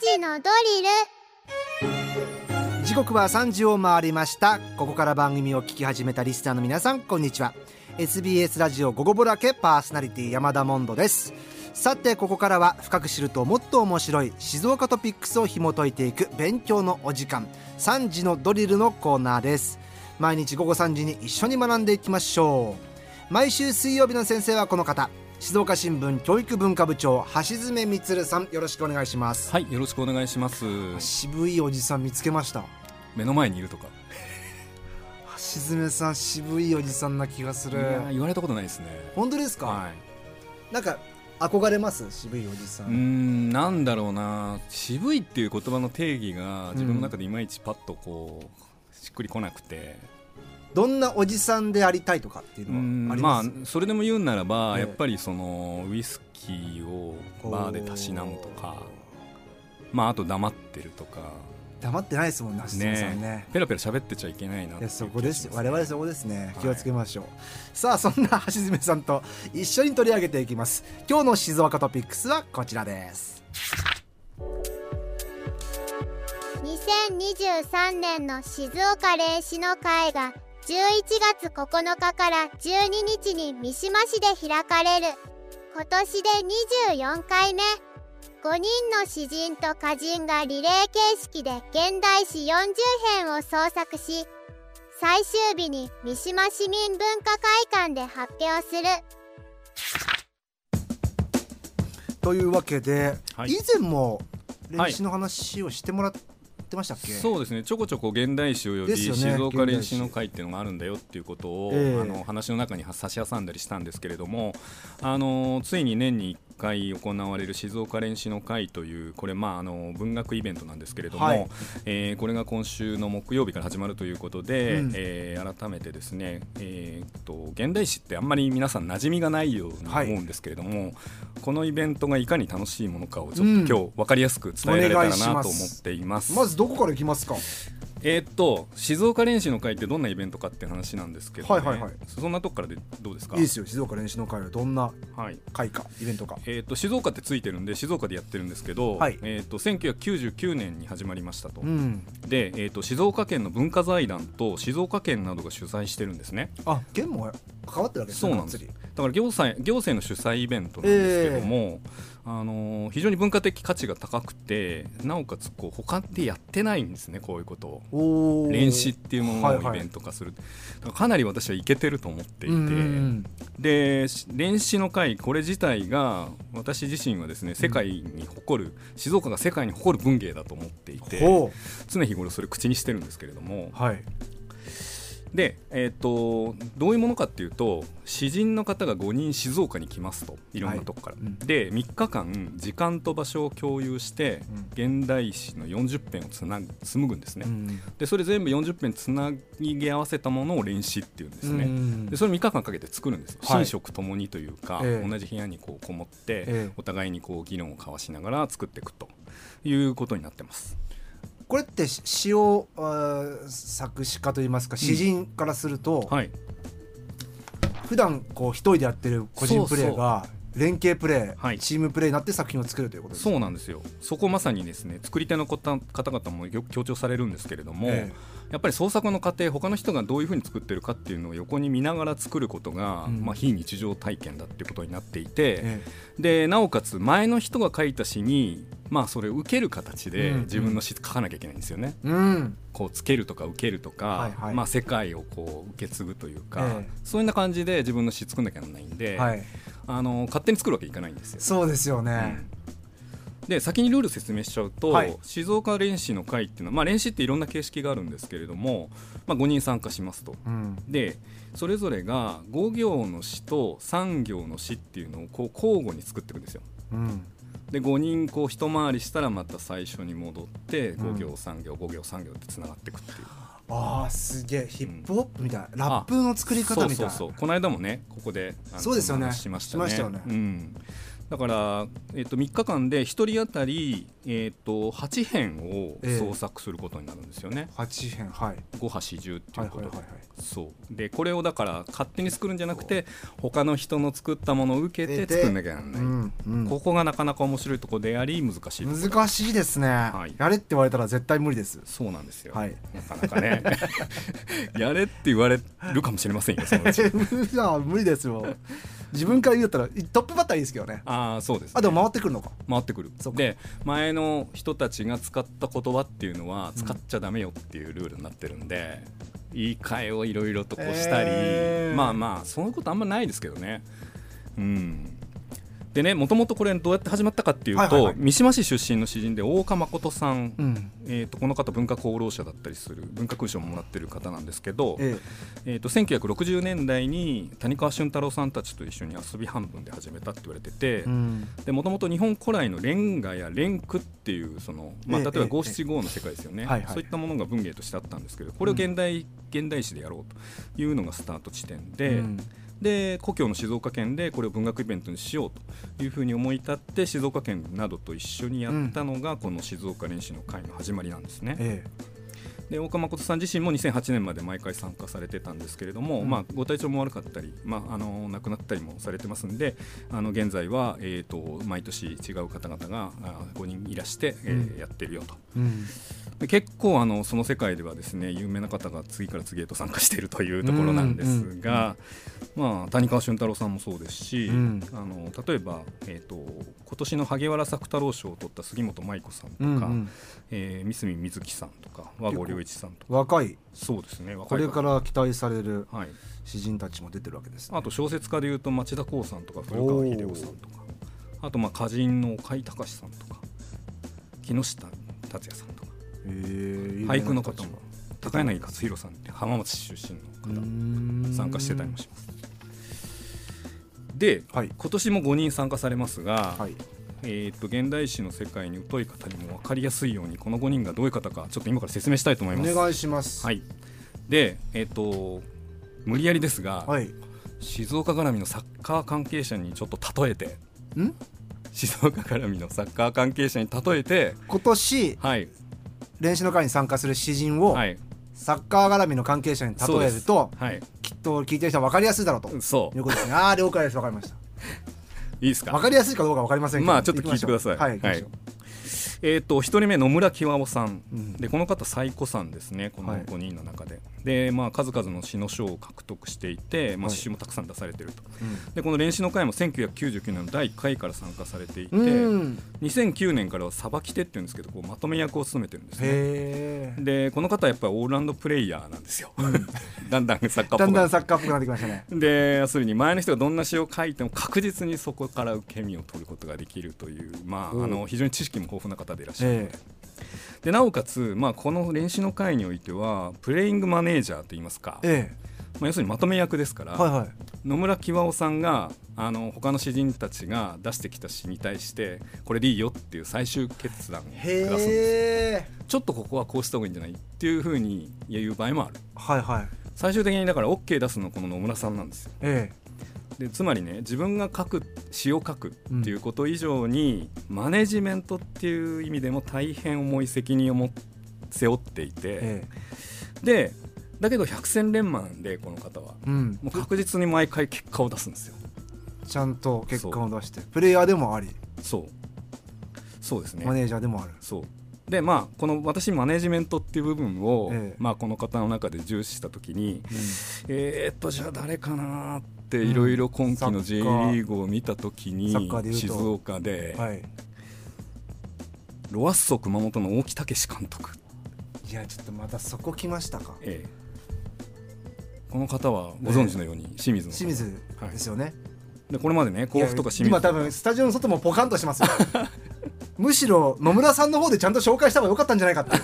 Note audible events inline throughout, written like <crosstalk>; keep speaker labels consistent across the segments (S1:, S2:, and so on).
S1: 時のドリル
S2: 時刻は3時を回りましたここから番組を聞き始めたリスナーの皆さんこんにちは SBS ラジオ午後ぼらけパーソナリティ山田モンドですさてここからは深く知るともっと面白い静岡トピックスを紐解いていく勉強のお時間3時のドリルのコーナーです毎日午後3時に一緒に学んでいきましょう毎週水曜日の先生はこの方静岡新聞教育文化部長橋爪充さんよろしくお願いします
S3: はい、よろしくお願いします。
S2: 渋いおじさん見つけました
S3: 目の前にいるとか。
S2: 橋爪さん渋いおじさんな気がす
S3: いやー
S2: る
S3: 言われたことないですね。
S2: 本当ですか、
S3: はい。
S2: なんか憧れます渋いおじさ
S3: うー
S2: ん、
S3: ん、なんだろうな。渋いっていう言葉の定義が自分の中でいまいちパッとこう、しっくりこなくて。
S2: どんなおじさんでありたいとかっていうう
S3: ー
S2: の
S3: ん
S2: はあり
S3: ま
S2: ます
S3: あ、それでも言うならば、
S2: ええ
S3: やっぱりその、ウイスキーをバーでたしなむとか、まあ、あと黙ってるとか、
S2: 黙ってないですもんね橋爪さんね
S3: ねペラペラ喋ってちゃいけないなっ
S2: い
S3: てい
S2: や
S3: う気がし
S2: そ
S3: ます
S2: こですよ我々そこですね
S3: い
S2: 気をつけましょう、さあそんな橋爪さんと一緒に取り上げていきます今日の静岡トピックスはこちらです
S1: 2023年の静岡霊視の会が11月9日から12日に三島市で開かれる今年で24回目5人の詩人と歌人がリレー形式で現代詩40編を創作し最終日に三島市民文化会館で発表する
S2: というわけで、
S3: はい
S2: 以前も歴史の話をしてもらってましたっけ、
S3: そうですねちょこちょこ現代史および
S2: ですよね
S3: 静岡練習の会っていうのがあるんだよっていうことを、
S2: ええ
S3: あの話の中に差し挟んだりしたんですけれどもあのついに年に1回行われる静岡練習の会というこれ、まあ、あの文学イベントなんですけれども、
S2: はい
S3: えーこれが今週の木曜日から始まるということで、
S2: うん
S3: えー改めてですね、えーっと現代史ってあんまり皆さん馴染みがないように思うんですけれども、このイベントがいかに楽しいものかをちょっと今日分かりやすく伝えられたらなと思っています。
S2: まずどこから行きますか
S3: えーっと静岡練習の会ってどんなイベントかって話なんですけど、
S2: は
S3: ね
S2: いはいはい
S3: そんなとこからでどうですか
S2: いいですよ静岡練習の会はどんな
S3: はい
S2: 会かイベントか
S3: えーっと静岡ってついてるんで静岡でやってるんですけど、
S2: はい
S3: えーっと1999年に始まりましたと、
S2: うん
S3: で、えーっと静岡県の文化財団と静岡県などが主催してるんですね
S2: あ県も関わってるわけです
S3: そう
S2: ね
S3: なんですだから行政行政の主催イベントなん
S2: ええ
S3: ですけども、あのー非常に文化的価値が高くてなおかつこう他でやってないんですねこういうことを。
S2: おー
S3: 練習っていうも
S2: は
S3: の
S2: いは
S3: を
S2: い
S3: イベント化する、だからかなり私はイケてると思っていて、
S2: うんうん
S3: でし練習の会これ自体が私自身はですね世界に誇る、静岡が世界に誇る文芸だと思ってい
S2: うん
S3: て
S2: ほ
S3: 常日頃それ口にしてるんですけれども
S2: うはい
S3: で、えー、とどういうものかっていうと詩人の方が5人静岡に来ますといろんなとこから、
S2: はいうん
S3: で3日間時間と場所を共有して、現代詩の40編をつなぐ紡ぐんですね。
S2: うん
S3: でそれ全部40編つなぎ合わせたものを練詩っていうんですね、
S2: うん
S3: でそれ3日間かけて作るんですよ、
S2: はい
S3: 寝食ともにというか、
S2: ええ
S3: 同じ部屋にこうこもって、
S2: ええ
S3: お互いにこう議論を交わしながら作っていくということになってます
S2: これって詩をあー作詞家といいますか詩人からすると、
S3: はい
S2: 普段こう一人でやってる個人プレーが連携プレー、
S3: はい
S2: チームプレーになって作品を作るということですね
S3: そうなんですよそこまさにですね作り手の方方々もよく強調されるんですけれども、
S2: え
S3: やっぱり創作の過程他の人がどういうふうに作ってるかっていうのを横に見ながら作ることが、
S2: うん
S3: まあ、非日常体験だっていうことになっていて、
S2: ええ
S3: でなおかつ前の人が書いた詩に、まあ、それを受ける形で
S2: うんうん
S3: 自分の詩書かなきゃいけないんですよね。
S2: うん
S3: こうつけるとか受けるとか、
S2: はいはい
S3: まあ、世界をこう受け継ぐというか、
S2: ええ
S3: そういうような感じで自分の詩作んなきゃならないんで、
S2: はい
S3: あの勝手に作るわけいかないんですよ。
S2: そうですよね、
S3: うんで先にルール説明しちゃうと、
S2: はい
S3: 静岡練習の会っていうのは、まあ、練習っていろんな形式があるんですけれども、まあ、5人参加しますと。
S2: うん
S3: でそれぞれが5行の詩と3行の詩っていうのをこう交互に作っていくんですよ。
S2: うん
S3: で5人こう一回りしたらまた最初に戻って
S2: うん
S3: 5行3行5行3行ってつながっていくっていう、
S2: あーすげえヒップホップみたいな、ラップの作り方みたいな
S3: そうそうそうこの間もねここであの
S2: そうですよね
S3: の話しましたね
S2: しましたよね
S3: うん、だから、えっと、3日間で1人当たり、えっと、8編を創作することになるんですよね、
S2: 8編はい
S3: 5波四十って
S2: はいいう
S3: こ
S2: はい
S3: とで、
S2: はいはい
S3: そうでこれをだから勝手に作るんじゃなくて他の人の作ったものを受けて作んなきゃならない、
S2: うんうん
S3: ここがなかなか面白いとこであり難しいとこ
S2: 難しいですね、
S3: い
S2: やれって言われたら絶対無理
S3: <laughs>
S2: です
S3: そうなんですよ、
S2: はい
S3: なかな
S2: <laughs>
S3: かねやれって言われるかもしれませんよその
S2: <laughs>
S3: うち
S2: いや無理ですよ自分から言うんだったらトップバッターいいですけどね
S3: ああそうです、ね、
S2: あでも回ってくるのか
S3: 回ってくる
S2: そっか
S3: で前の人たちが使った言葉っていうのは使っちゃダメよっていうルールになってるんで、言い換えをいろいろとこうしたり、
S2: えー
S3: まあまあそのことあんまないですけどねうんでねもともとこれどうやって始まったかっていうと、
S2: はいはいはい
S3: 三島市出身の詩人で大岡誠さん、
S2: うん
S3: えー、とこの方文化功労者だったりする文化勲章ももらってる方なんですけど、
S2: え
S3: えー、と1960年代に谷川俊太郎さんたちと一緒に遊び半分で始めたって言われてて、
S2: えうん
S3: でもともと日本古来のレンガや連句っていうその、まあ、
S2: ええ
S3: 例え
S2: え
S3: ば
S2: え
S3: 五七五の世界ですよね、
S2: はいはい
S3: そういったものが文芸としてあったんですけどこれを現代,、現代史でやろうというのがスタート地点で,、
S2: うん
S3: で故郷の静岡県でこれを文学イベントにしようというふうに思い立って静岡県などと一緒にやったのがこの静岡練習の会の始まりなんですね。
S2: え
S3: で大岡誠さん自身も2008年まで毎回参加されてたんですけれども、
S2: うん
S3: まあ、ご体調も悪かったり、まあ、あの亡くなったりもされてますんであの現在は、えー、と毎年違う方々があ5人いらして、えー
S2: うん
S3: やってるよと
S2: えうん
S3: で結構あのその世界ではですね有名な方が次から次へと参加しているというところなんですが、まあ、谷川俊太郎さんもそうですし、
S2: うん
S3: あの例えば、えー、と今年の萩原作太郎賞を取った杉本舞子さんとか、
S2: うんうん
S3: えー三角瑞希さんとか和合良一さんとか。
S2: 若い
S3: そうですね。若
S2: こ
S3: い
S2: れから期待される
S3: ら。はい。
S2: 詩人たちも出てるわけですね
S3: あと小説家でいうと町田光さんとか古川秀夫さんとか、あとまあ歌人の甲斐隆さんとか、木下達也さんとか、
S2: ええ
S3: 俳句の方も高柳克弘さんって浜松市出身の方参加してたりもします。で、
S2: はい
S3: 今年も5人参加されますが、
S2: はい
S3: えー、と現代史の世界に疎い方にも分かりやすいようにこの5人がどういう方かちょっと今から説明したいと思います。
S2: お願いします
S3: はい、で、えっと無理やりですが、
S2: はい
S3: 静岡絡みのサッカー関係者にちょっと例えて
S2: ん
S3: 静岡絡みのサッカー関係者に例えて
S2: 今年
S3: はい
S2: 練習の会に参加する詩人を
S3: はい
S2: サッカー絡みの関係者に例
S3: そうで
S2: える
S3: す
S2: と
S3: はい
S2: きっと聞いてる人は分かりやすいだろうという
S3: そう
S2: ことですねああ了解です分かりました
S3: いいですか
S2: 分かりやすいかどうか分かりませんけど
S3: まあちょっと聞いてください
S2: はい行きましょう
S3: えっ、と一人目野村清夫さん、
S2: うん
S3: でこの方最古さんですねこの
S2: はい
S3: 5人の中で、でまあ数々の詩の賞を獲得していて、まあ、
S2: はい
S3: 詩集もたくさん出されてると、
S2: うん
S3: でこの練習の会も1999年の第1回から参加されていて、
S2: うん
S3: 2009年からはさばき手っていうんですけどこうまとめ役を務めてるんですね
S2: へえ
S3: でこの方はやっぱりオールラウンドプレイヤーなんですよ、だんだんサッカーっぽくな
S2: だんだん
S3: って
S2: サッカーっぽくなってきましたね
S3: で要するに前の人がどんな詩を書いても確実にそこから受け身を取ることができるという、まあ、
S2: おう
S3: あの非常に知識も豊富な方でいらっしゃる、
S2: え
S3: でなおかつ、まあ、この練習の会においてはプレイングマネージャーといいますか
S2: え、え
S3: まあ、要するにまとめ役ですから、
S2: えはいはい
S3: 野村喜和夫さんがあの他の詩人たちが出してきた詩に対してこれでいいよっていう最終決断を下すんです
S2: へえ
S3: ちょっとここはこうした方がいいんじゃないっていうふうに言う場合もある。
S2: はいはい
S3: 最終的にだから OK 出すのはこの野村さんなんですよ
S2: え
S3: でつまりね自分が書く詩を書くっていうこと以上に、マネジメントっていう意味でも大変重い責任をも背負ってい
S2: え
S3: て、
S2: ええ
S3: でだけど百戦錬磨なんでこの方は
S2: うん
S3: もう確実に毎回結果を出すんですよ
S2: ちゃんと結果を出してプレイヤーでもあり
S3: そうそうですね
S2: マネージャーでもある
S3: そうでまあこの私マネジメントっていう部分を、
S2: ええ
S3: まあ、この方の中で重視した時に
S2: う
S3: えー、っとじゃあ誰かなーっていろいろ今期の J リ
S2: サッカー
S3: ーグを見た時に
S2: サッカーで言うと
S3: 静岡で
S2: んはい
S3: ロアッソ熊本の大木武監督、
S2: いやちょっとまたそこ来ましたか
S3: ええこの方はご存知のように清水の
S2: 清水ですよね
S3: でこれまでね甲府とか清
S2: いや今
S3: 水
S2: 多分スタジオの外もポカンとしてますよ <laughs> むしろ野村さんの方でちゃんと紹介した方が良かったんじゃないかって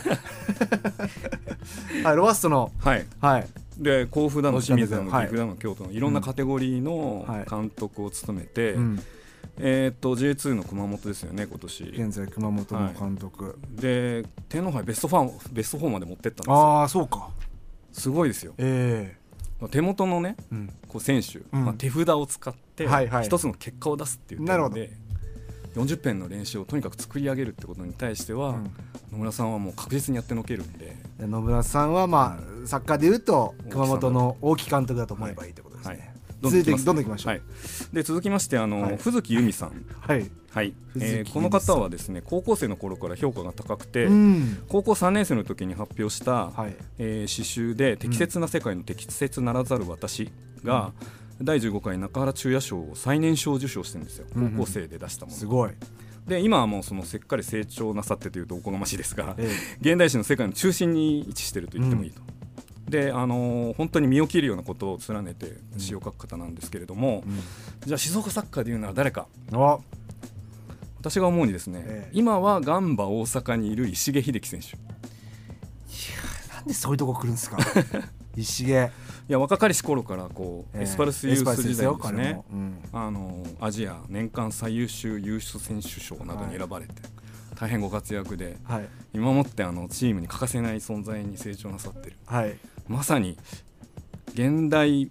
S2: <laughs> いうはいロワッソの
S3: はい
S2: はい
S3: で甲府だの
S2: 大木監
S3: 清
S2: 督
S3: 水だの
S2: はい
S3: 岐阜だの京都のいろんなカテゴリーの
S2: うんはい
S3: 監督を務めて、
S2: うん
S3: えー、っと J2 の熊本ですよね今年
S2: 現在熊本の監督、
S3: で天皇杯ベストファンベスト4まで持ってったんですよ
S2: ああそうか
S3: すごいですよ
S2: え
S3: 手元のね
S2: えうん
S3: こう選手、
S2: うん
S3: まあ、手札を使って
S2: はいはい
S3: 一つの結果を出すっていう点で、
S2: なるほど
S3: 40編の練習をとにかく作り上げるってことに対しては、
S2: うん
S3: 野村さんはもう確実にやってのけるんで、
S2: で野村さんはまあ作家でいうと
S3: 大木さん
S2: 熊
S3: だ
S2: 本の大木監督だと思えばいいってことです
S3: はい
S2: ね。、続
S3: いき
S2: い
S3: ま
S2: て
S3: す
S2: どんどん行きましょう
S3: はい、で続きましてあの、
S2: はい
S3: 藤木由美さん、
S2: はい。
S3: はい
S2: 藤木由美
S3: えー
S2: さん
S3: この方はですね高校生の頃から評価が高くて、
S2: うん。
S3: 高校3年生の時に発表した、
S2: はい。
S3: えー詩集で「適切な世界の適切ならざる私が」第15回中原中也賞を最年少受賞してるんですよ
S2: うんうん
S3: 高校生で出したもの、
S2: すごい。
S3: で今はもうそのせっかり成長なさってというとおこがましいですが
S2: え <laughs>
S3: 現代史の世界の中心に位置してると言ってもいいと。であのー本当に身を切るようなことを貫いて詩を書く方なんですけれども、じゃあ静岡サッカーで言うなら誰か
S2: え。あ、
S3: 私が思うにですね、
S2: ええ
S3: 今はガンバ大阪にいる石毛秀樹選手い
S2: なんでそういうとこ来るんです <laughs> か。石毛。
S3: や若かりし頃からこう、
S2: ええ
S3: エスパルスユース時代です
S2: 彼
S3: ね
S2: もうん
S3: あのアジア年間最優秀優秀選手賞などに選ばれて、大変ご活躍で
S2: はい。
S3: 今もってあのチームに欠かせない存在に成長なさってる
S2: はい。
S3: まさに現代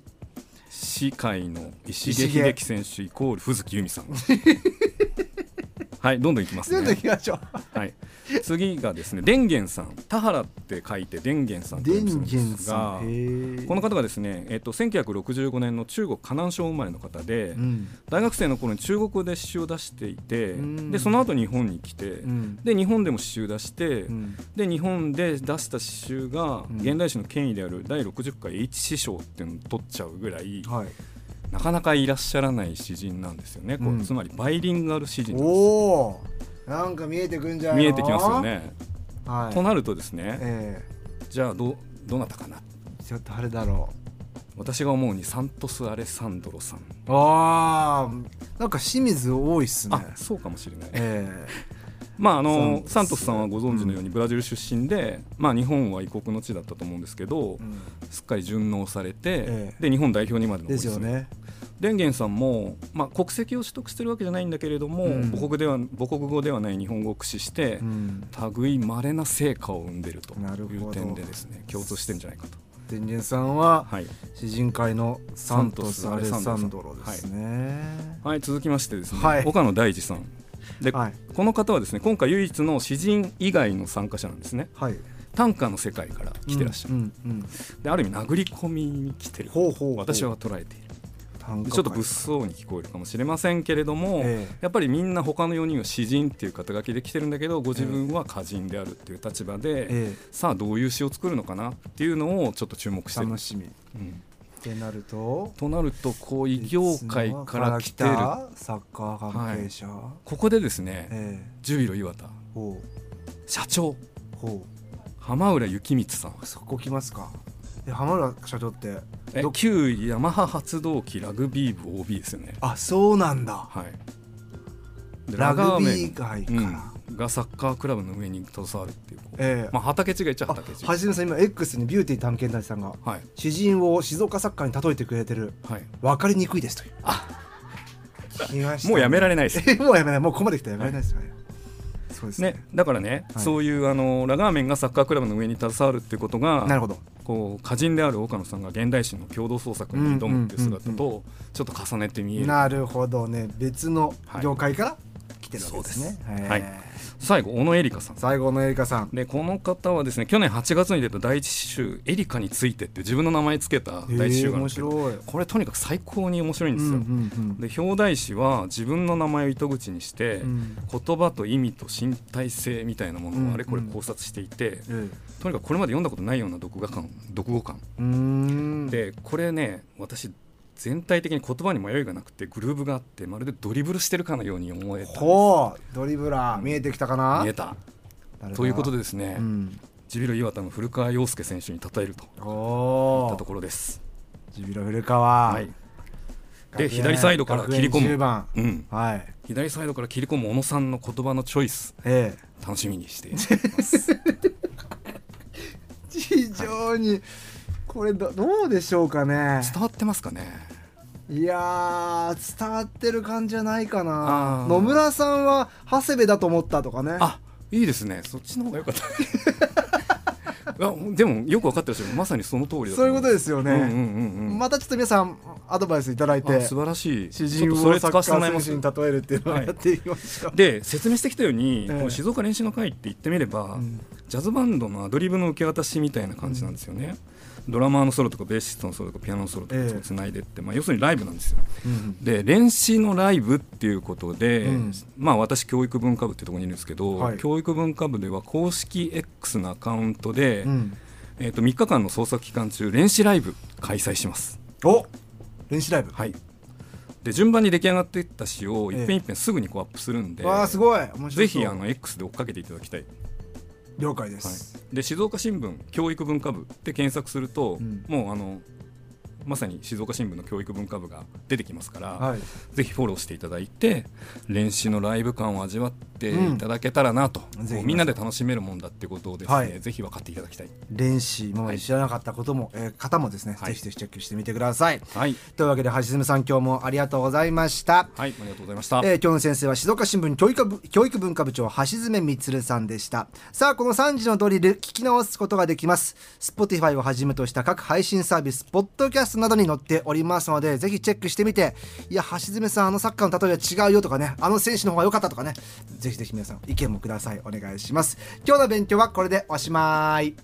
S3: 史界の石毛秀樹選手イコール藤木由
S2: <laughs>
S3: 美さんはいどんどんいきます
S2: どんどん
S3: ね
S2: 行きましょう。
S3: はい、次がですね電源さん田原って書いて電源さんと
S2: 電
S3: 読むんで
S2: 源
S3: すが
S2: さん。へえ。
S3: この方がですね、えっと、1965年の中国河南省生まれの方で、
S2: うん。
S3: 大学生の頃に中国語で詩を出していて、
S2: うん
S3: でその後日本に来て、
S2: うん。
S3: で日本でも詩集出して、
S2: うん。
S3: で日本で出した詩集が
S2: うん
S3: 現代史の権威である第60回 H 師匠っていうのを取っちゃうぐらい、
S2: はい。
S3: なかなかいらっしゃらない詩人なんですよね、こう
S2: うん
S3: つまりバイリンガル詩人なんです
S2: おお。なんか見えてくんじゃないの。
S3: 見えてきますよ。ね。
S2: はい。
S3: となるとですね、
S2: え
S3: じゃあどどなたかな
S2: え。ちょっとあれだろ
S3: 私が思うにサントス・アレサンドロさん、
S2: う。ああ。なんか清水多いっすね。
S3: あそうかもしれない
S2: え
S3: まああの
S2: サ
S3: サ
S2: ン
S3: ン
S2: ト
S3: ト
S2: ス
S3: スさんはご存知のようにブラジル出身で、まあ、日本は異国の地だったと思うんですけど
S2: え。うん
S3: すっかり順応されて、
S2: ええ
S3: で日本代表にまでの
S2: ですよね。
S3: 電源さんも、まあ、国籍を取得してるわけじゃないんだけれども、
S2: うん
S3: 母国では母国語ではない日本語を駆使して、
S2: うん。
S3: 類まれな成果を生んでるとい
S2: なるほど
S3: う点でですね共通してんじゃないかと。
S2: 天元さんは
S3: はい
S2: 詩人会のサントス・アレサンドロですね。
S3: はい、続きましてですね、
S2: はい
S3: 岡野大二さんで、
S2: はい
S3: この方はですね今回唯一の詩人以外の参加者なんですね
S2: はい。
S3: 短歌の世界から来てらっしゃる、
S2: うんうんうん
S3: である意味殴り込みに来てる
S2: ほうほうほう
S3: 私は捉えている
S2: 短
S3: で
S2: 歌会
S3: ちょっと物騒に聞こえるかもしれませんけれども、
S2: ええ
S3: やっぱりみんな他の4人は詩人っていう肩書きで来てるんだけどご自分は歌人であるっていう立場で、
S2: ええ
S3: さあどういう詩を作るのかなっていうのをちょっと注目してる
S2: 楽、しみ。っ
S3: うん
S2: てなると
S3: となるとこう異業界から来てる
S2: サッカー関係者。
S3: ここでですね、
S2: え
S3: ジュビロ磐田
S2: えほ
S3: 社長
S2: うほ
S3: 浜浦幸光さん
S2: うそこ来ますか。で浜田社長って
S3: え
S2: ど
S3: 旧ヤマハ発動機ラグビー部 OB ですよね
S2: あそうなんだ。
S3: はいで
S2: ラ
S3: ラガー
S2: グ
S3: メン
S2: ビー界から。
S3: うん、がサッカークラブの上に携わるっていうこう、
S2: ええ
S3: まあ、畑違いっちゃ
S2: あ
S3: 畑違い
S2: はじめさん今 X にビューティー探検隊さんが
S3: はい
S2: 詩人を静岡サッカーに例えてくれてる。
S3: はい
S2: 分かりにくいですという。来ましたね
S3: もうやめられないです
S2: え <laughs> もうやめない。もうここまで来たらやめられないですよね。そうですね
S3: <laughs> ね、だからね、
S2: はい
S3: そういうあのラガーメンがサッカークラブの上に携わるっていうことが
S2: なるほど。
S3: こう歌人である岡野さんが現代史の共同創作に挑むっていう姿
S2: うんうん
S3: とちょっと重ねて見える
S2: なるほどね。別の業界から来てるわけですね。
S3: す
S2: は
S3: はいい最後小野エリカさん
S2: 最後のエリカさん。
S3: でこの方はですね去年8月に出た第一詩集「エリカについて」って自分の名前つけた
S2: え
S3: 第一詩集があ
S2: 面
S3: るんですけど、
S2: 白い。
S3: これとにかく最高に面白いんですよ。
S2: ん
S3: で表題詩は自分の名前を糸口にして、
S2: うん
S3: 言葉と意味と身体性みたいなも
S2: うんう
S3: の
S2: ん
S3: をあれこれ考察していて、
S2: うんえ
S3: とにかくこれまで読んだことないような読画感読語感、
S2: えうーん。
S3: でこれね私全体的に言葉に迷いがなくてグルーブがあってまるでドリブルしてるかのように思えた
S2: ほうドリブラー見えてきたかな。
S3: 見えた
S2: 誰だ
S3: ということでですね、
S2: うん。
S3: ジビロ磐田の古川陽介選手に称えるといっ
S2: お
S3: たと
S2: お。
S3: ころです。
S2: ジビロ古川。
S3: はい、で左サイドから切り込む
S2: 10番。
S3: うん、
S2: はい。
S3: 左サイドから切り込む小野さんの言葉のチョイス
S2: ええ。
S3: 楽しみにしています。
S2: 非常に、これどどうでしょうかね
S3: 伝わってますかね
S2: いやー伝わってる感じじゃないかな
S3: あー
S2: 野村さんは長谷部だと思ったとかね <laughs>
S3: あいいですねそっちの方が良かったやでもよく分かってらっしゃるまさにその通りだ
S2: そういうことですよね、
S3: うんうんうんうん
S2: またちょっと皆さんアドバイスいただい
S3: あ
S2: て
S3: 素晴らしい
S2: 詩
S3: ち
S2: 人
S3: ょ
S2: をサ
S3: っとそれ
S2: ッ
S3: 使
S2: カ
S3: わせてもらい
S2: ー
S3: ます
S2: 選手に例えるっていうのをやっていきましょう、
S3: で説明してきたように、
S2: ええ
S3: この静岡練習の会って言ってみれば、
S2: うん
S3: ジャズバンドのアドリブの受け渡しみたいな感じなんですよね、ドラマーのソロとかベーシストのソロとかピアノのソロと
S2: ええ
S3: かつないでって、まあ、要するにライブなんですよ
S2: うん
S3: で練習のライブっていうことで、
S2: うん
S3: まあ私教育文化部っていうところにいるんですけど、
S2: はい
S3: 教育文化部では公式 X のアカウントで、
S2: うん
S3: えー、と3日間の創作期間中練習ライブ開催します
S2: お練習ライブ、
S3: はいで順番に出来上がっていった詩を
S2: ええ
S3: 一遍一遍すぐにこうアップするんで、
S2: わあすごい面白そう
S3: ぜひあの X で追っかけていただきたい、は
S2: 了解です、
S3: い、で静岡新聞教育文化部って検索すると、
S2: うん
S3: もうあのまさに静岡新聞の教育文化部が出てきますから、
S2: はい
S3: ぜひフォローしていただいて練習のライブ感を味わっていただけたらなと、
S2: うんぜひ
S3: こうみんなで楽しめるもんだってことをですね、
S2: はい
S3: ぜひ分かっていただきたい。
S2: 練習今まで知らなかったことも、えー方もですね、
S3: はい
S2: ぜひぜひチェックしてみてください
S3: はい、
S2: というわけで橋爪さん今日もありがとうございました、
S3: はい、ありがとうございました。
S2: えー今日の先生は静岡新聞教育部教育文化部長橋爪充さんでしたさあこの3時のドリル聞き直すことができます Spotify をはじめとした各配信サービスポッドキャストなどに載っておりますのでぜひチェックしてみていや橋爪さんあのサッカーの例えは違うよとかねあの選手の方が良かったとかねぜひぜひ皆さん意見もくださいお願いします今日の勉強はこれでおしまい